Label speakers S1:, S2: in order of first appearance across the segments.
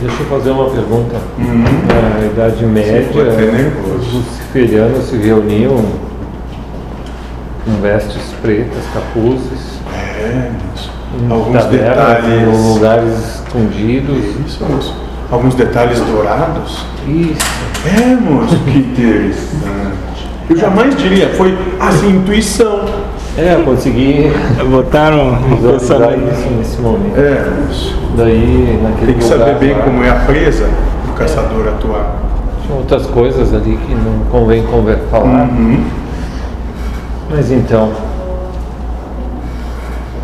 S1: Deixa eu fazer uma pergunta.
S2: Uhum.
S1: Na Idade
S2: Pode ser
S1: Média,
S2: né?
S1: os
S2: nervoso.
S1: luciferianos se reuniam com vestes pretas, capuzes,
S2: É, moço.
S1: em
S2: Alguns
S1: tavernas, em
S2: detalhes.
S1: lugares escondidos.
S2: Isso, é moço. Alguns detalhes dourados.
S1: Isso.
S2: É, moço, que interessante. Eu jamais diria, foi assim, intuição.
S1: É, eu consegui
S3: Botaram
S1: visualizar isso nesse momento.
S2: É, moço.
S1: Daí, naquele
S2: Tem que saber
S1: lugar
S2: bem
S1: lá,
S2: como é a presa do caçador atuar.
S1: Tinha outras coisas ali que não convém conver- falar.
S2: Uhum.
S1: Mas então,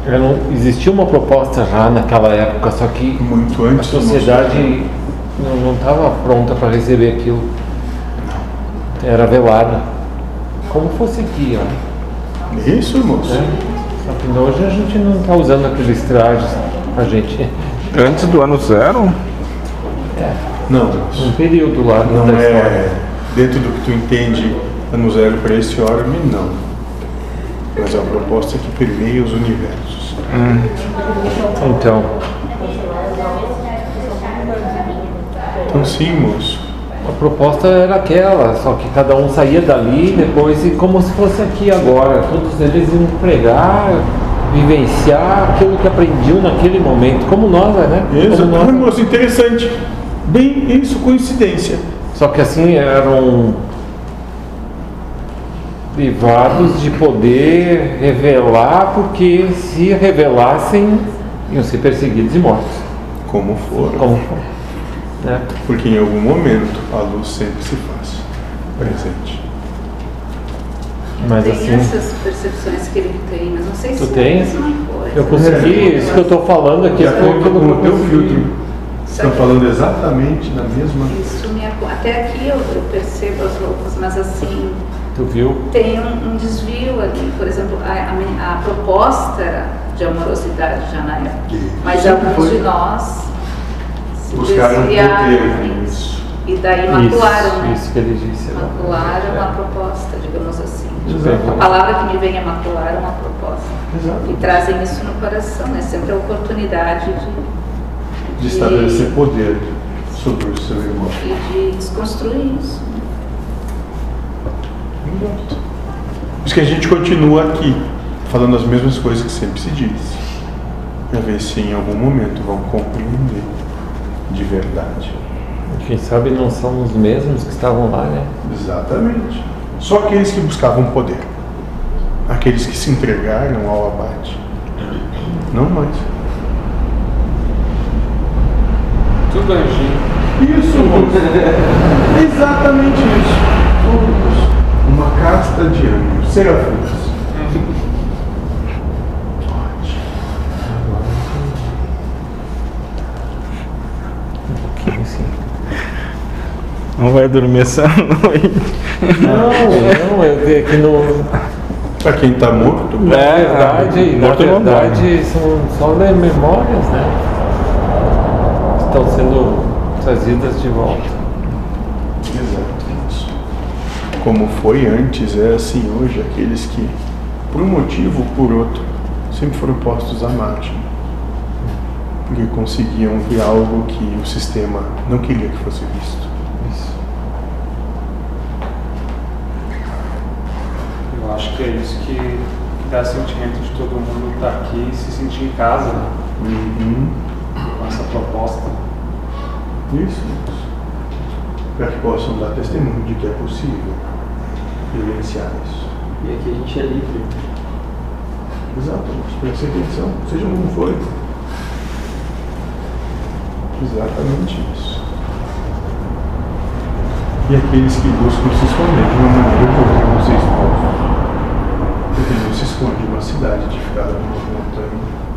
S1: eu não- existia uma proposta já naquela época, só que
S2: Muito
S1: a
S2: antes. moço.
S1: sociedade não estava pronta para receber aquilo. Era velada. Como fosse aqui, ó.
S2: Isso, moço.
S1: né? Só que hoje a gente não está usando aqueles trajes. A gente.
S3: Antes do ano zero?
S2: Não, moço.
S1: Um período lá né?
S2: Não
S1: da
S2: é
S1: história.
S2: dentro do que tu entende ano zero para esse orme, não. Mas é uma proposta que permeia os universos.
S1: Então,
S2: Então sim, moço.
S1: a proposta era aquela, só que cada um saía dali depois e como se fosse aqui agora. Todos eles iam pregar, vivenciar aquilo que aprendiam naquele momento. Como nós, né?
S2: Isso,
S1: Como nós.
S2: ah, moço, interessante. Bem, isso, coincidência.
S1: Só que assim eram privados de poder revelar, porque se revelassem iam ser perseguidos e mortos.
S2: Como for,
S1: Como foi? Né?
S2: porque em algum momento a luz sempre se faz presente.
S1: Mas
S4: Tem
S1: assim,
S4: essas percepções que ele tem, mas não sei se
S1: Tu tem?
S4: é a mesma coisa.
S1: eu consegui,
S2: É.
S1: isso que eu estou falando aqui
S2: De
S1: é aquilo que
S2: acordo com
S1: eu
S2: o teu
S1: consegui.
S2: filtro,
S4: Só
S2: estão
S4: que
S2: falando exatamente da mesma
S4: Isso me aco- até aqui eu, eu percebo as roupas, mas assim,
S1: Tu viu?
S4: tem um, um desvio ali. Por exemplo, a, a men- a proposta era de amorosidade já na época. Mas
S2: Sempre
S4: alguns
S2: foi.
S4: de nós se
S2: Buscaram
S4: desviaram
S2: um poder isso.
S4: e daí
S1: isso,
S4: macularam, né?
S1: isso que ele disse. lá.
S4: Macularam
S2: É.
S4: a proposta, digamos assim.
S2: Exato.
S4: A palavra que me vem é macularam a proposta. E
S2: Exato.
S4: trazem isso no coração, né? Sempre a oportunidade de,
S2: De estabelecer poder sobre o seu irmão.
S4: e de desconstruir isso.
S2: Exato. Por isso que a gente continua aqui, falando as mesmas coisas que sempre se diz. Pra ver se em algum momento vão compreender de verdade.
S1: Quem sabe não são os mesmos que estavam lá, né?
S2: Exatamente. Só aqueles que buscavam poder. Aqueles que se entregaram ao abate. Não mais.
S1: Tudo agir.
S2: Isso, moço. Exatamente isso. Todos. Uma casta de anjos. Serafins. Ótimo.
S3: Não vai dormir essa noite.
S1: Não, não, eu vi aqui no,
S2: Pra quem tá morto,
S1: Na
S3: É,
S1: verdade, na
S3: morto não dá,
S1: verdade são só le- memórias, né? que Estão sendo trazidas de volta.
S2: Exato, isso. Como foi antes, é assim hoje, aqueles que, por um motivo ou por outro, sempre foram postos à margem. Porque conseguiam ver algo que o sistema não queria que fosse visto.
S5: Eu acho que é isso que, que dá sentimento de todo mundo estar aqui e se sentir em casa né, com essa proposta.
S2: Isso. Para que possam dar testemunho de que é possível vivenciar isso.
S6: E aqui a gente é livre.
S2: Exato, para essa intenção, seja como for. Exatamente isso. E aqueles que buscam se esconder de uma maneira ou de outra não se expõem. Porque não se esconde uma cidade edificada por uma montanha.